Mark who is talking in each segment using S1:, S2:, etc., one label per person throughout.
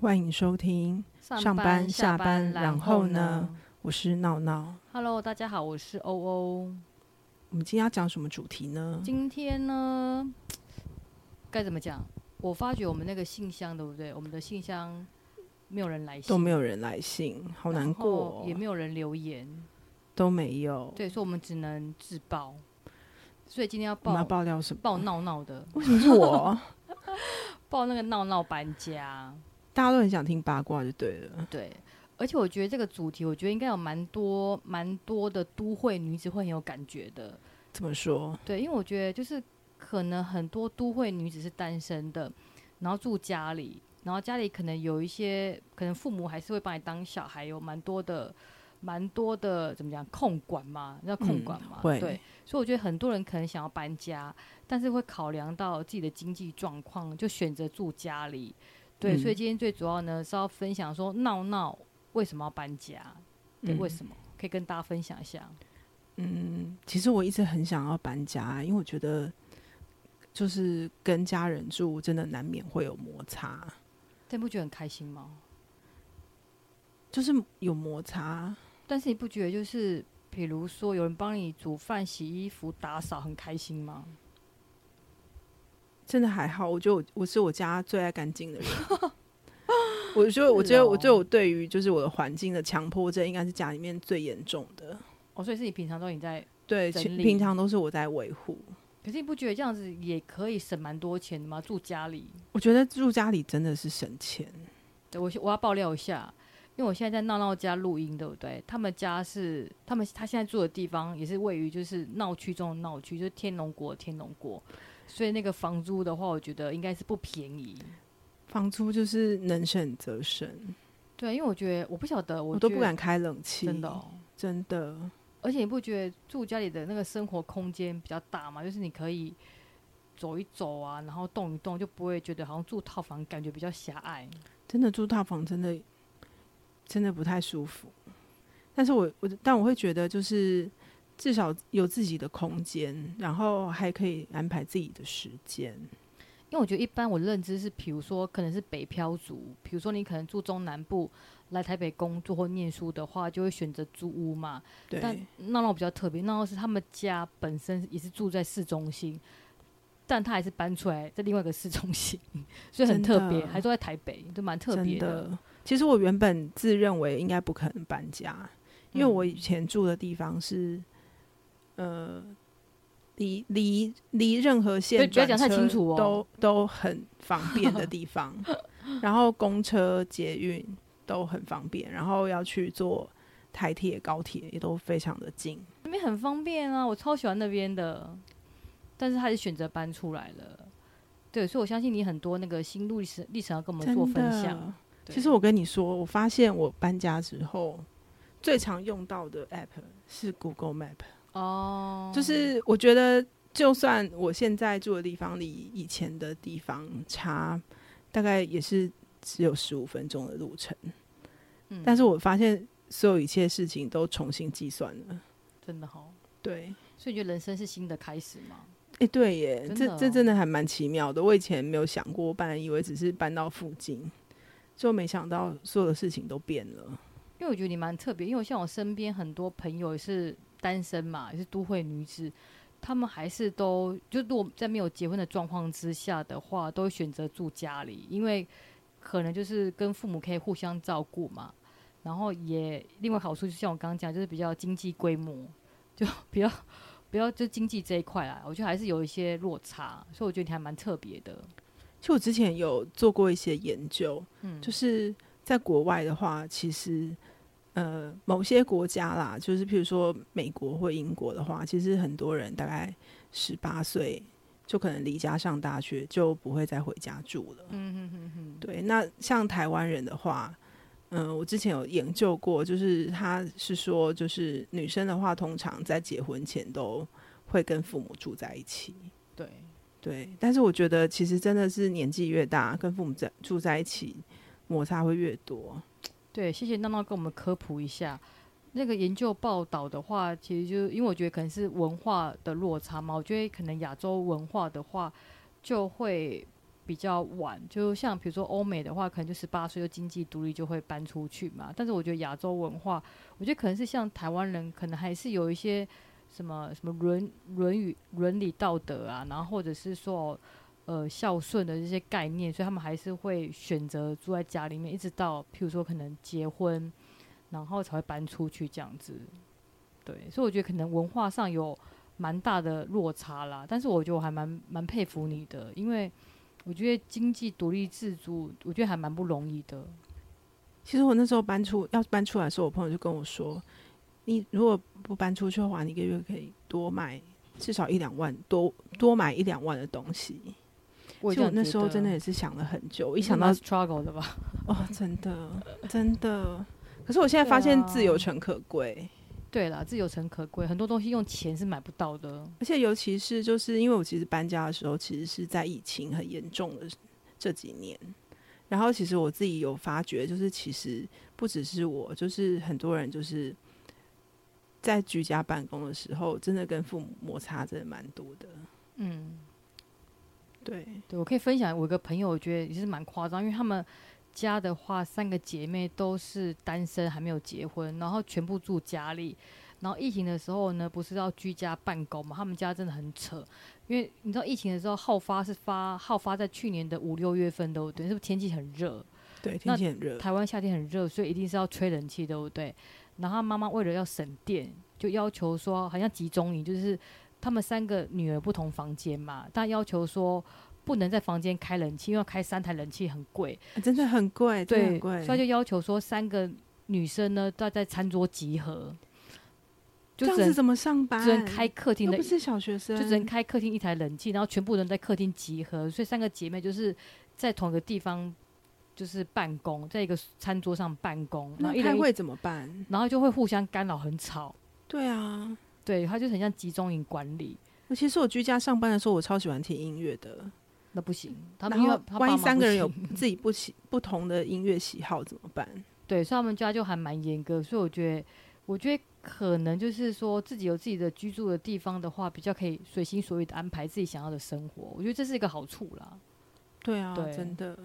S1: 欢迎收听，上班下班然后呢我是闹闹。
S2: ？Hello，大家好，我是欧欧。
S1: 我们今天要讲什么主题呢？
S2: 今天呢，该怎么讲？我发觉我们那个信箱，对不对？我们的信箱没有人来信，
S1: 都没有人来信，好难过哦、
S2: 也没有人留言，
S1: 都没有。
S2: 对，所以我们只能自爆。所以今天要
S1: 我们要
S2: 爆
S1: 爆嗯料什么？
S2: 爆闹闹的，
S1: 为什么是 我？
S2: 爆那个闹闹搬家。
S1: 大家都很想听八卦就对了。
S2: 对，而且我觉得这个主题，我觉得应该有蛮多蛮多的都会女子会很有感觉的。
S1: 怎么说？
S2: 对，因为我觉得就是可能很多都会女子是单身的，然后住家里，然后家里可能有一些，可能父母还是会把你当小孩，有蛮多的。蛮多的怎么讲控管嘛，你知道控
S1: 嗯
S2: 管嘛、
S1: 会
S2: 对，所以我觉得很多人可能想要搬家，但是会考量到自己的经济状况，就选择住家里。对，所以
S1: 嗯
S2: 今天最主要呢是要分享说闹闹为什么要搬家，对，
S1: 嗯
S2: 为什么可以跟大家分享一下。
S1: 嗯，其实我一直很想要搬家，因为我觉得就是跟家人住，真的难免会有摩擦，
S2: 但你不觉得很开心吗？
S1: 就是有摩擦。
S2: 但是你不觉得就是，比如说有人帮你煮饭、洗衣服、打扫，很开心吗？
S1: 真的还好，我觉得我我是我家最爱干 净的人。我觉得，我觉
S2: 是
S1: 得，
S2: 哦
S1: 我觉得我对于就是我的环境的强迫症，应该是家里面最严重的。
S2: 哦，所以是你平常都你在，
S1: 对，
S2: 整
S1: 其
S2: 理
S1: 平常都是我在维护。
S2: 可是你不觉得这样子也可以省蛮多钱的吗？住家里，
S1: 我觉得住家里真的是省钱。
S2: 对我我要爆料一下，因为我现在在闹闹家录音，对不对？他们家是他们他现在住的地方也是位于就是闹区中的闹区，就是天龙国的天龙国，所以那个房租的话，我觉得应该是不便宜。
S1: 房租就是能省则省，
S2: 对，因为我觉得我不晓得，
S1: 我
S2: 我
S1: 都
S2: 觉
S1: 不
S2: 得
S1: 敢开冷气，
S2: 真的、哦。
S1: 真的
S2: 而且你不觉得住家里的那个生活空间比较大吗？就是你可以走一走啊，然后动一动，就不会觉得好像住套房感觉比较狭隘。
S1: 真的住套房真的真的不太舒服。但是我我但我会觉得就是至少有自己的空间，然后还可以安排自己的时间。
S2: 因为我觉得一般我认知是，比如说可能是北漂族，比如说你可能住中南部来台北工作或念书的话，就会选择租屋嘛。
S1: 对，
S2: 但闹闹比较特别，闹闹是他们家本身也是住在市中心，但他还是搬出来在另外一个市中心， 所以很
S1: 真
S2: 特
S1: 的
S2: 别，还住在台北，就蛮特别
S1: 真的。其实我原本自认为应该不可能搬家，因为
S2: 嗯
S1: 我以前住的地方是，呃，离离离任何
S2: 对
S1: 线
S2: 不要讲
S1: 转
S2: 太
S1: 车
S2: 清楚哦
S1: 都都很方便的地 方，然后公车、捷运都很方便，然后要去坐台铁、高铁也都非常的近。
S2: 那边很方便啊，我超喜欢那边的，但是他还是选择搬出来了。对，所以我相信你很多那个心路历程历程要跟我们做
S1: 真
S2: 分
S1: 的
S2: 享。对
S1: 其实我跟你说，我发现我搬家之后最常用到的 app 是 Google Map。
S2: 哦，
S1: 就是我觉得，就算我现在住的地方离以前的地方差，大概也是只有十五分钟的路程，
S2: 嗯
S1: 但是我发现所有一切事情都重新计算了。
S2: 真的好，
S1: 对，
S2: 所以你觉得人生是新的开始吗？
S1: 哎、对耶，
S2: 真的
S1: 这
S2: 哦
S1: 这真的还蛮奇妙的。我以前没有想过，我本来以为只是搬到附近，就没想到所有的事情都变了。
S2: 因为我觉得你蛮特别，因为我像我身边很多朋友也是单身嘛，也是都会女子，她们还是都就如果在没有结婚的状况之下的话，都会选择住家里，因为可能就是跟父母可以互相照顾嘛，然后也另外好处就像我刚刚讲，就是比较经济规模就 比较比较就经济这一块啊啦，我觉得还是有一些落差，所以我觉得你还蛮特别的，
S1: 其实我之前有做过一些研究，
S2: 嗯，
S1: 就是在国外的话，其实呃某些国家啦，就是譬如说美国或英国的话，其实很多人大概十八岁就可能离家上大学，就不会再回家住了。
S2: 嗯哼哼哼，
S1: 对，那像台湾人的话。嗯，我之前有研究过，就是他是说，就是女生的话，通常在结婚前都会跟父母住在一起。
S2: 对。
S1: 对，但是我觉得其实真的是年纪越大，跟父母在住在一起，摩擦会越多。
S2: 对，谢谢闹闹跟我们科普一下。那个研究报道的话，其实就是因为我觉得可能是文化的落差嘛，我觉得可能亚洲文化的话就会比较晚，就像比如说欧美的话，可能就十八岁就经济独立就会搬出去嘛。但是我觉得亚洲文化，我觉得可能是像台湾人，可能还是有一些什么什么伦伦语、伦理道德啊，然后或者是说呃孝顺的这些概念，所以他们还是会选择住在家里面，一直到譬如说可能结婚，然后才会搬出去这样子。对，所以我觉得可能文化上有蛮大的落差啦。但是我觉得我还蛮蛮佩服你的，因为我觉得经济独立自主，我觉得还蛮不容易的。
S1: 其实我那时候搬出要搬出来的时候，我朋友就跟我说：“你如果不搬出去的话，你一个月可以多买至少一两万，多多买一两万的东西。”
S2: 我
S1: 就我那时候真的
S2: 也
S1: 也是想了很久，我一想到
S2: struggle 的吧，
S1: 哦，真的真的。可是我现在发
S2: 对
S1: 现
S2: 啊
S1: 自由诚可贵，
S2: 对啦，自由诚可贵，很多东西用钱是买不到的。
S1: 而且尤其是就是因为我其实搬家的时候，其实是在疫情很严重的这几年，然后其实我自己有发觉，就是其实不只是我，就是很多人就是在居家办公的时候，真的跟父母摩擦真的蛮多的。
S2: 嗯，
S1: 对，
S2: 对，我可以分享我一个朋友，我觉得也是蛮夸张，因为他们家的话，三个姐妹都是单身，还没有结婚，然后全部住家里。然后疫情的时候呢，不是要居家办公嘛？他们家真的很扯，因为你知道疫情的时候好发是发好发在去年的五六月份，对不对？是不是天气很热？
S1: 对，
S2: 那
S1: 天气很热，
S2: 台湾夏天很热，所以一定是要吹冷气，对不对？然后他妈妈为了要省电，就要求说，好像集中营，就是他们三个女儿不同房间嘛，但要求说不能在房间开冷气，因为要开三台冷气很贵，
S1: 哎真的很贵，真的很
S2: 对，所以
S1: 贵。
S2: 他就要求说三个女生呢都要在餐桌集合，就
S1: 这样
S2: 只
S1: 子
S2: 能
S1: 怎么上班？
S2: 只能开客厅
S1: 又
S2: 的
S1: 不是小学生，
S2: 就只能开客厅一台冷气，然后全部人在客厅集合，所以三个姐妹就是在同一个地方就是办公，在一个餐桌上办公，然
S1: 那
S2: 后一
S1: 开
S2: 人一
S1: 会怎么办？
S2: 然后就会互相干扰，很吵。
S1: 对啊，
S2: 对，它就很像集中营管理，
S1: 其实我居家上班的时候，我超喜欢听音乐的。
S2: 那不行。他们
S1: 然
S2: 因为
S1: 后
S2: 他
S1: 万
S2: 爸
S1: 一
S2: 妈
S1: 三
S2: 不
S1: 个人有
S2: 行
S1: 自己不喜不同的音乐喜好怎么办？
S2: 对，所以他们家就还蛮严格，所以我觉得，我觉得可能就是说自己有自己的居住的地方的话，比较可以随心所欲的安排自己想要的生活，我觉得这是一个好处啦。
S1: 对啊，
S2: 对
S1: 真的。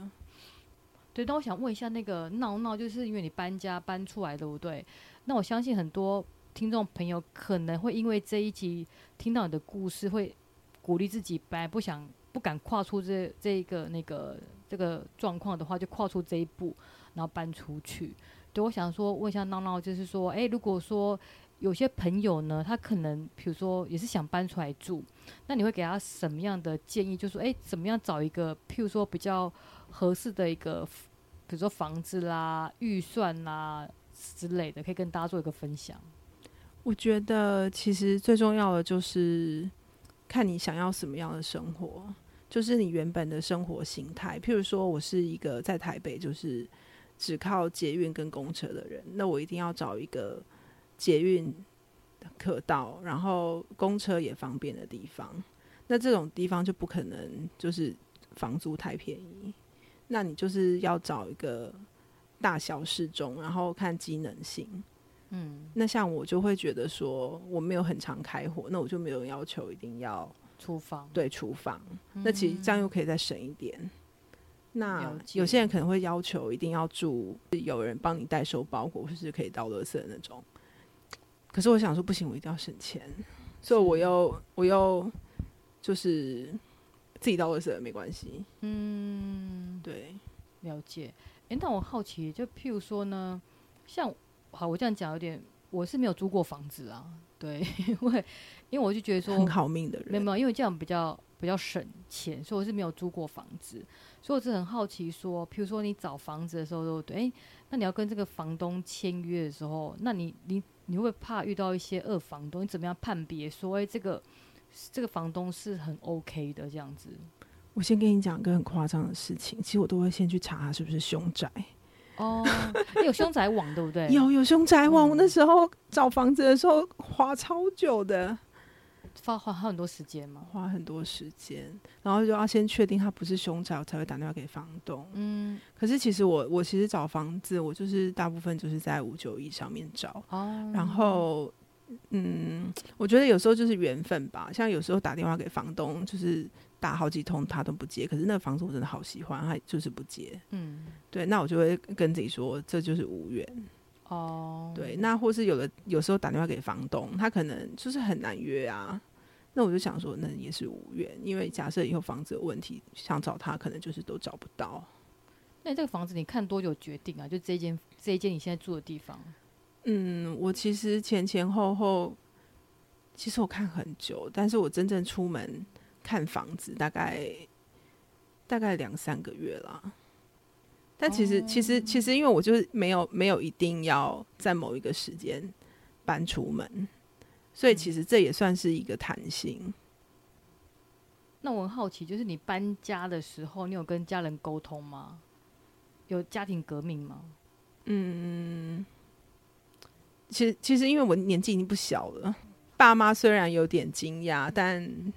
S2: 对，但我想问一下，那个闹闹，就是因为你搬家搬出来，对不对？那我相信很多听众朋友可能会因为这一集听到你的故事，会鼓励自己，本来不想、不敢跨出这这一个那个这个状况的话，就跨出这一步，然后搬出去。对，我想说问一下闹闹，就是说，诶，如果说有些朋友呢，他可能比如说也是想搬出来住，那你会给他什么样的建议？就说，诶，怎么样找一个譬如说比较合适的一个，比如说房子啦、预算啦之类的，可以跟大家做一个分享。
S1: 我觉得其实最重要的就是看你想要什么样的生活，就是你原本的生活形态。譬如说，我是一个在台北就是只靠捷运跟公车的人，那我一定要找一个捷运可到，然后公车也方便的地方。那这种地方就不可能就是房租太便宜，那你就是要找一个大小适中，然后看机能性。
S2: 嗯，
S1: 那像我就会觉得说，我没有很常开火，那我就没有要求一定要
S2: 厨房，
S1: 对厨房。那其实这样又可以再省一点。那
S2: 嗯了解
S1: 有些人可能会要求一定要住有人帮你代收包裹，或是可以倒垃圾的那种。可是我想说，不行，我一定要省钱，所以我又我又就是自己倒垃圾也没关系。
S2: 嗯，
S1: 对，
S2: 了解。诶，那我好奇，就譬如说呢，像好，我这样讲有点，我是没有租过房子啊，对，因为因为我就觉得说
S1: 很好命的
S2: 没有
S1: 人
S2: 没，有，因为这样比较比较省钱，所以我是没有租过房子，所以我是很好奇说，譬如说你找房子的时候，对不对？诶那你要跟这个房东签约的时候，那你你你会不会怕遇到一些二房东？你怎么样判别说，诶，这个这个房东是很 OK 的这样子？
S1: 我先跟你讲一个很夸张的事情，其实我都会先去查他是不是凶宅。
S2: 哦， 你有凶宅网对不对？
S1: 有有凶宅网，
S2: 嗯
S1: 我那时候找房子的时候花超久的，
S2: 花花花很多时间吗？
S1: 花很多时间，然后就要先确定它不是凶宅，我才会打电话给房东。
S2: 嗯，
S1: 可是其实我我其实找房子，我就是大部分就是在五九一上面找，
S2: 哦，
S1: 然后嗯，我觉得有时候就是缘分吧。像有时候打电话给房东，就是打好几通他都不接，可是那个房子我真的好喜欢，他就是不接。
S2: 嗯，
S1: 对，那我就会跟自己说，这就是无缘。
S2: 哦，
S1: 对，那或是有的有时候打电话给房东，他可能就是很难约啊。那我就想说，那也是无缘，因为假设以后房子有问题，想找他可能就是都找不到。
S2: 那你这个房子你看多久决定啊？就这一间，这一间你现在住的地方，
S1: 嗯，我其实前前后后，其实我看很久，但是我真正出门看房子大概大概两三个月啦。但其实、其实
S2: 哦
S1: 其实，因为我就是没有没有一定要在某一个时间搬出门，所
S2: 嗯
S1: 以其实这也算是一个弹性。
S2: 那我很好奇，就是你搬家的时候，你有跟家人沟通吗？有家庭革命吗？
S1: 其实其实因为我年纪已经不小了，爸妈虽然有点惊讶，但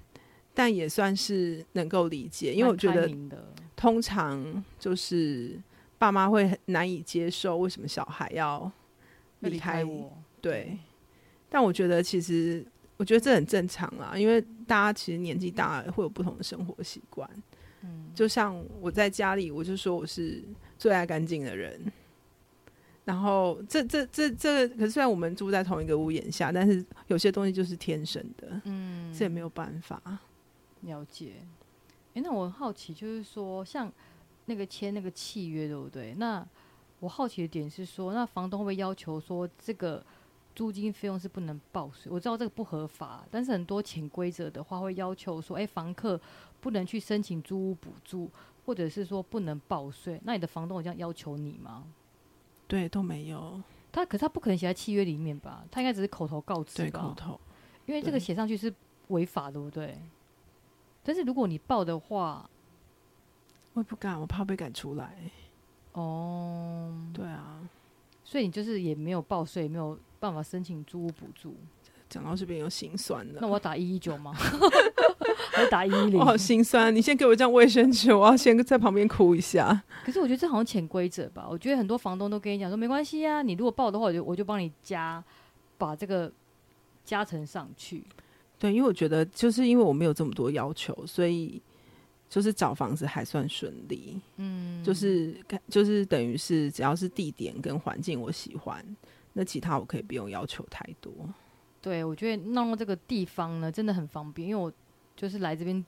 S1: 但也算是能够理解，因为我觉
S2: 蛮开
S1: 得
S2: 明的
S1: 通常就是爸妈会很难以接受，为什么小孩要
S2: 要
S1: 离
S2: 离开
S1: 开
S2: 我，嗯
S1: 对，但我觉得其实我觉得这很正常啦，因为大家其实年纪大了会有不同的生活习惯。嗯，就像我在家里，我就说我是最爱干净的人。然后这这这这，可是虽然我们住在同一个屋檐下，但是有些东西就是天生的，
S2: 嗯，
S1: 这也没有办法。
S2: 了解。诶，那我很好奇，就是说，像那个签那个契约，对不对？那我好奇的点是说，那房东会不会要求说，这个租金费用是不能报税？我知道这个不合法，但是很多潜规则的话会要求说，诶，房客不能去申请租屋补助，或者是说不能报税。那你的房东有这样要求你吗？
S1: 对，都没有，
S2: 他可是他不可能写在契约里面吧？他应该只是口头告知
S1: 对
S2: 吧
S1: 口？头。
S2: 因为这
S1: 对
S2: 个写上去是违法的，对不对？但是如果你报的话，
S1: 我也不敢，我怕被赶出来。
S2: 哦，
S1: 对啊，
S2: 所以你就是也没有报税，也没有办法申请租屋补助。
S1: 讲到这边有心酸了
S2: 那。我要打一一 九吗？还是打一一零
S1: 我？好心酸，你先给我一张卫生纸，我要先在旁边哭一下。
S2: 可是我觉得这好像潜规则吧。我觉得很多房东都跟你讲说，没关系啊，你如果报的话，我就我就帮你加，把这个加成上去。
S1: 对，因为我觉得就是因为我没有这么多要求，所以就是找房子还算顺利。嗯，就是就是等于是只要是地点跟环境我喜欢，那其他我可以不用要求太多。
S2: 对，我觉得弄到这个地方呢，真的很方便，因为我就是来这边，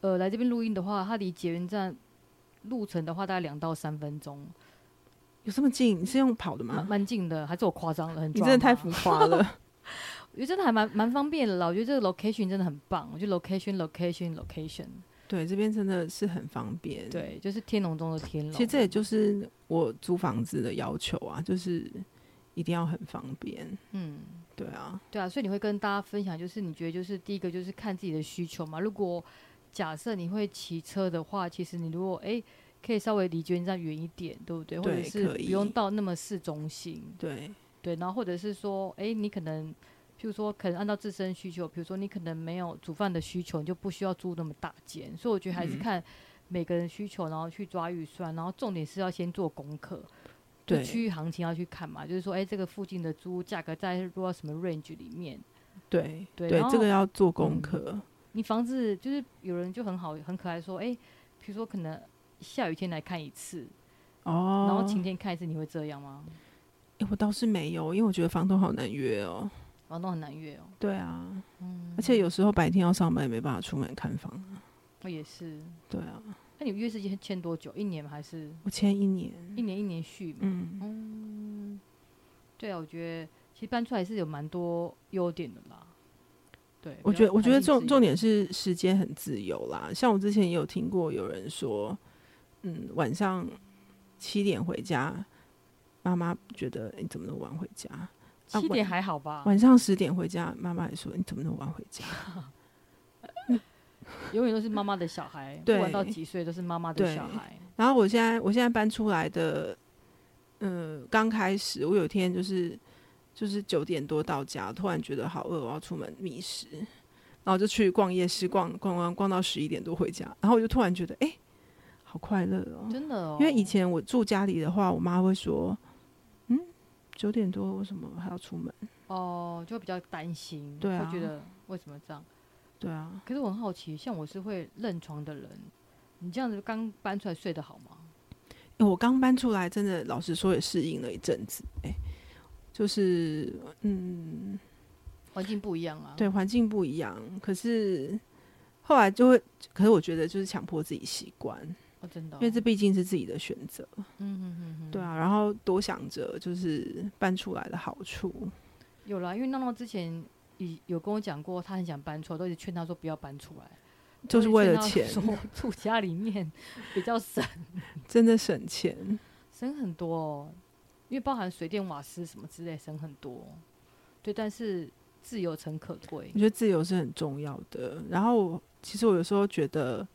S2: 呃，来这边录音的话，它离捷运站路程的话，大概两到三分钟，
S1: 有这么近？你是用跑的
S2: 蛮
S1: 吗？
S2: 蛮近的，还是我夸张了？很
S1: 啊你真的太
S2: 浮。
S1: 浮夸了。
S2: 我觉得真的还蛮蛮方便的啦。我觉得这个 location 真的很棒。我觉得 location location location，
S1: 对，这边真的是很方便。，
S2: 对，就是天龙中的天龙。
S1: 呃其实这也就是我租房子的要求啊，就是一定要很方便。
S2: 嗯，
S1: 对啊，
S2: 对啊，所以你会跟大家分享，就是你觉得就是第一个就是看自己的需求嘛。如果假设你会骑车的话，其实你如果诶可以稍微离捷运站远一点，对不对？或
S1: 对
S2: 者是
S1: 可
S2: 不
S1: 以
S2: 用到那么市中心，
S1: 对。
S2: 对。然后或者是说，诶，你可能。譬如说，可能按照自身需求，比如说你可能没有煮饭的需求，你就不需要租那么大间。所以我觉得还
S1: 嗯
S2: 是看每个人需求，然后去抓预算，然后重点是要先做功课，就
S1: 对
S2: 区域行情要去看嘛，就是说，哎、这个附近的租屋价格在落到什么 range 里面？
S1: 对
S2: 对
S1: 对
S2: 然后
S1: 这个要做功
S2: 嗯
S1: 课。
S2: 你房子就是有人就很好很可爱说，哎、比如说可能下雨天来看一次，
S1: 哦，
S2: 然后晴天看一次，你会这样吗？
S1: 诶我倒是没有，因为我觉得房东好难约哦。
S2: 房东很难约哦，嗯
S1: 对啊，而且有时候白天要上班也没办法出门看房。啊
S2: 我哦也是。
S1: 对啊，
S2: 那你约时间签多久？一年吗还是
S1: 我签一年，
S2: 一年一年续嘛？
S1: 嗯，
S2: 对啊，我觉得其实搬出来是有蛮多优点的啦。对，
S1: 我
S2: 比
S1: 觉
S2: 较
S1: 得我觉得
S2: 弹性
S1: 重
S2: 自由
S1: 重点是时间很自由啦。像我之前也有听过有人说，嗯，晚上七点回家，妈妈觉得诶你怎么那么晚回家？啊
S2: 七点
S1: 晚
S2: 还好吧？
S1: 晚上十点回家，妈妈也说你怎么那么晚回家？
S2: 永远都是妈妈的小孩，不
S1: 对
S2: 管到几岁都是妈妈的
S1: 对
S2: 小孩。
S1: 然后我现在我现在搬出来的，嗯、刚开始我有一天就是就是九点多到家，突然觉得好饿，我要出门觅食，然后就去逛夜市逛逛逛逛到十一点多回家，然后我就突然觉得哎、诶好快乐哦，
S2: 真的哦，
S1: 因为以前我住家里的话，我妈会说，嗯，九点多为什么还要出门？
S2: 哦，就会比较担心，
S1: 对啊
S2: 会觉得为什么这样？
S1: 对啊，
S2: 可是我很好奇，像我是会认床的人，你这样子刚搬出来睡得好吗？
S1: 欸我刚搬出来，真的老实说也适应了一阵子。哎、就是嗯，
S2: 环境不一样啊，，
S1: 对，环境不一样，可是后来就会，可是我觉得就是强迫自己习惯，
S2: 哦，真的哦、
S1: 因为这毕竟是自己的选择。
S2: 嗯嗯嗯嗯，
S1: 对啊，然后多想着就是搬出来的好处。
S2: 有啦，因为闹闹之前已有跟我讲过，他很想搬出来，都一直劝他说不要搬出来，
S1: 就是为了钱
S2: 都一直劝他说住家里面比较省，
S1: 真的省钱。
S2: 省很多、哦，因为包含水电瓦斯什么之类，省很多。对，但是自由诚可贵
S1: 我。觉得自由是很重要的。然后我其实我有时候觉得，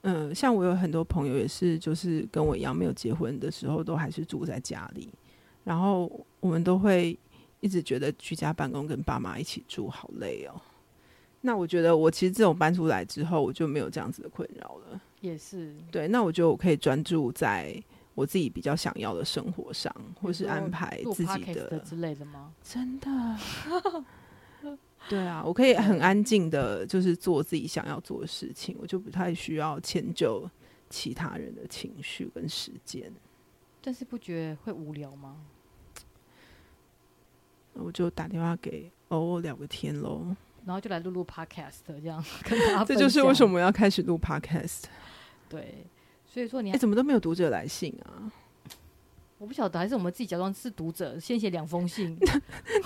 S1: 嗯、像我有很多朋友也是，就是跟我一样没有结婚的时候，都还是住在家里，然后我们都会一直觉得居家办公跟爸妈一起住好累哦。那我觉得我其实自从搬出来之后，我就没有这样子的困扰了。
S2: 也是，
S1: 对，那我觉得我可以专注在我自己比较想要的生活上，或是
S2: 比如说
S1: 安排
S2: 录
S1: 自
S2: p o
S1: 己
S2: d
S1: 的
S2: 之类的吗？
S1: 真的。对啊，我可以很安静的，就是做自己想要做的事情，我就不太需要迁就其他人的情绪跟时间，
S2: 但是不觉得会无聊吗？
S1: 我就打电话给偶尔聊个天喽。
S2: 然后就来录录 podcast 这样 跟大家分享。
S1: 这就是为什么要开始录 podcast。
S2: 对，所以说你
S1: 哎、
S2: 还
S1: 怎么都没有读者来信 啊？
S2: 我不晓得，还是我们自己假装是读者，先写两 封信，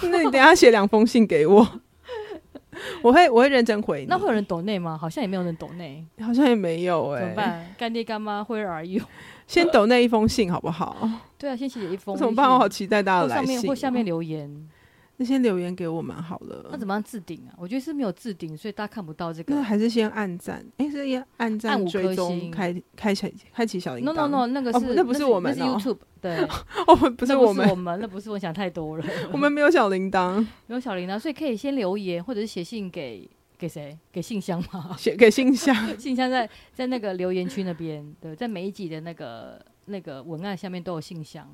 S1: 那你等一下写两封信给我，我会我会认真回你。
S2: 那会有人懂内吗？好像也没有人懂内，
S1: 好像也没有
S2: 怎么
S1: 哎、
S2: 办？干爹干妈会 而已。
S1: 先抖那一封信好不好？
S2: 对啊，先写一封。
S1: 怎么办？我好
S2: 或
S1: 期待大家的
S2: 上
S1: 来信
S2: 面
S1: 哦、
S2: 或下面留言，
S1: 那些留言给我们好了。
S2: 那怎么样置顶啊？我觉得是没有置顶，所以大家看不到这
S1: 那
S2: 个。
S1: 还是先按赞，哎、是要按
S2: 按
S1: 赞
S2: 五颗
S1: 追踪
S2: 星
S1: 开开启开启小铃铛。
S2: No no no，那个
S1: 哦
S2: 是
S1: 那
S2: 那
S1: 不是我们
S2: 是
S1: 哦
S2: YouTube 对，
S1: 我们不
S2: 不
S1: 是我
S2: 们，
S1: 们，
S2: 我们那不是我想太多了。
S1: 我们没有小铃铛，
S2: 没有小铃铛，所以可以先留言或者是写信给给谁？给信箱吗？
S1: 写给信 箱。
S2: 信箱在在那个留言区那边，对，在每一集的那个那个文案下面都有信箱，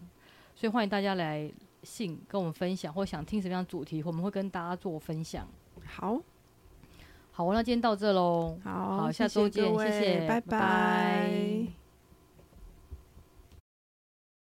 S2: 所以欢迎大家来信跟我们分享，或想听什么样的主题，我们会跟大家做分享。
S1: 好
S2: 好，那今天到这喽。
S1: 好
S2: 好下
S1: 谢谢
S2: 周见
S1: 各位
S2: 谢谢
S1: 拜
S2: 拜拜